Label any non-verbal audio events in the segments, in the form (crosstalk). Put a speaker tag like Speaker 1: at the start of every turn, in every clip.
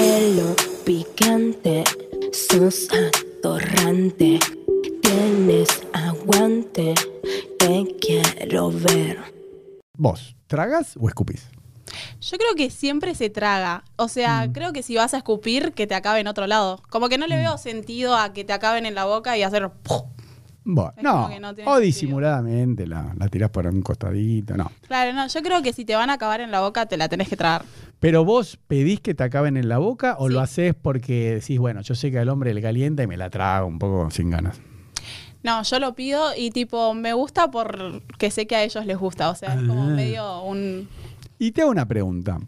Speaker 1: pelo picante, sos atorrante, tienes aguante, te quiero ver.
Speaker 2: ¿Vos tragas o escupís?
Speaker 3: Yo creo que siempre se traga. O sea,
Speaker 2: Mm.
Speaker 3: creo que si vas a escupir, que te acabe en otro lado. Como que no le veo sentido a que te acaben en la boca y hacer. ¡puf!
Speaker 2: Bueno,
Speaker 3: Es como
Speaker 2: no.
Speaker 3: que no tiene
Speaker 2: o
Speaker 3: sentido.
Speaker 2: disimuladamente la, la tirás por un costadito, no.
Speaker 3: Claro, no, yo creo que si te van a acabar en la boca, te la tenés que tragar.
Speaker 2: Pero vos pedís que te acaben en la boca o
Speaker 3: Sí.
Speaker 2: lo haces porque decís, bueno, yo sé que al hombre le calienta y me la trago un poco sin ganas.
Speaker 3: No, yo lo pido y tipo, me gusta porque sé que a ellos les gusta. O sea, es como
Speaker 2: Ah.
Speaker 3: medio un.
Speaker 2: Y te hago una pregunta.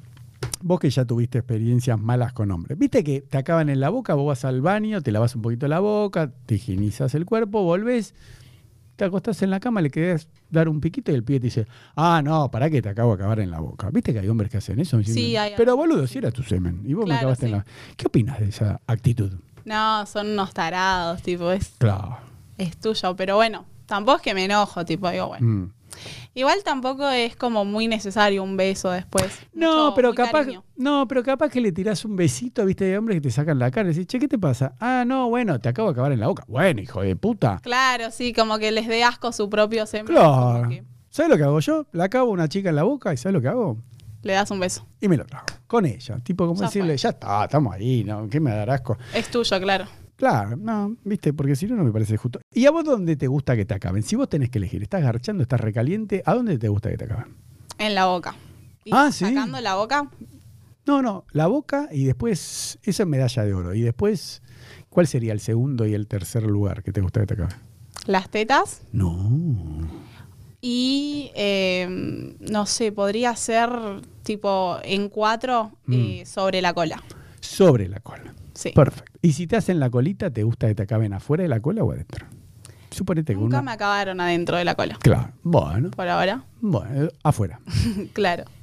Speaker 2: Vos que ya tuviste experiencias malas con hombres. Viste que te acaban en la boca, vos vas al baño, te lavas un poquito la boca, te higienizas el cuerpo, volvés, te acostás en la cama, le querés dar un piquito y el pibe te dice, ah, no, ¿para qué te acabo de acabar en la boca? Viste que hay hombres que hacen eso.
Speaker 3: Sí,
Speaker 2: Diciendo,
Speaker 3: hay
Speaker 2: Pero
Speaker 3: algunos,
Speaker 2: boludo,
Speaker 3: sí.
Speaker 2: si era tu semen. Y vos me
Speaker 3: Claro,
Speaker 2: acabaste en
Speaker 3: sí.
Speaker 2: la... ¿Qué opinas de esa actitud?
Speaker 3: No, son unos tarados, tipo, es,
Speaker 2: Claro.
Speaker 3: es tuyo. Pero bueno, tampoco es que me enojo, tipo, digo, bueno.
Speaker 2: Mm.
Speaker 3: Igual tampoco es como muy necesario un beso después.
Speaker 2: No,
Speaker 3: Mucho-
Speaker 2: pero
Speaker 3: muy
Speaker 2: capaz,
Speaker 3: cariño.
Speaker 2: no, pero capaz que le tirás un besito, viste, de hombres que te sacan la cara y decís, che, ¿qué te pasa? Ah, no, bueno, te acabo de acabar en la boca. Bueno, hijo de puta.
Speaker 3: Claro, sí, como que les dé asco su propio semen.
Speaker 2: Claro.
Speaker 3: como que
Speaker 2: ¿Sabes lo que hago yo? La acabo a una chica en la boca y ¿sabes lo que hago?
Speaker 3: Le das un beso.
Speaker 2: Y me lo trago. Con ella. Tipo, como
Speaker 3: Ya
Speaker 2: decirle,
Speaker 3: fue.
Speaker 2: ya está, estamos ahí, ¿no? ¿Qué me dar asco?
Speaker 3: Es tuyo, claro.
Speaker 2: Claro, no, viste, porque si no, no me parece justo. ¿Y a vos dónde te gusta que te acaben? Si vos tenés que elegir, estás garchando, estás recaliente, ¿a dónde te gusta que te acaben?
Speaker 3: En la boca. Y
Speaker 2: Ah, sí.
Speaker 3: Sacando la boca.
Speaker 2: No, no, la boca y después, esa es medalla de oro. Y después, ¿cuál sería el segundo y el tercer lugar que te gusta que te acaben?
Speaker 3: Las tetas.
Speaker 2: No.
Speaker 3: Y eh, no sé, podría ser tipo en cuatro
Speaker 2: Mm.
Speaker 3: eh, sobre la cola.
Speaker 2: Sobre la cola.
Speaker 3: Sí.
Speaker 2: Perfecto. Y si te hacen la colita, ¿te gusta que te acaben afuera de la cola o adentro? Suponete que
Speaker 3: Nunca
Speaker 2: uno.
Speaker 3: me acabaron adentro de la cola.
Speaker 2: Claro. Bueno,
Speaker 3: Por ahora. (laughs)
Speaker 2: bueno, eh, afuera.
Speaker 3: claro.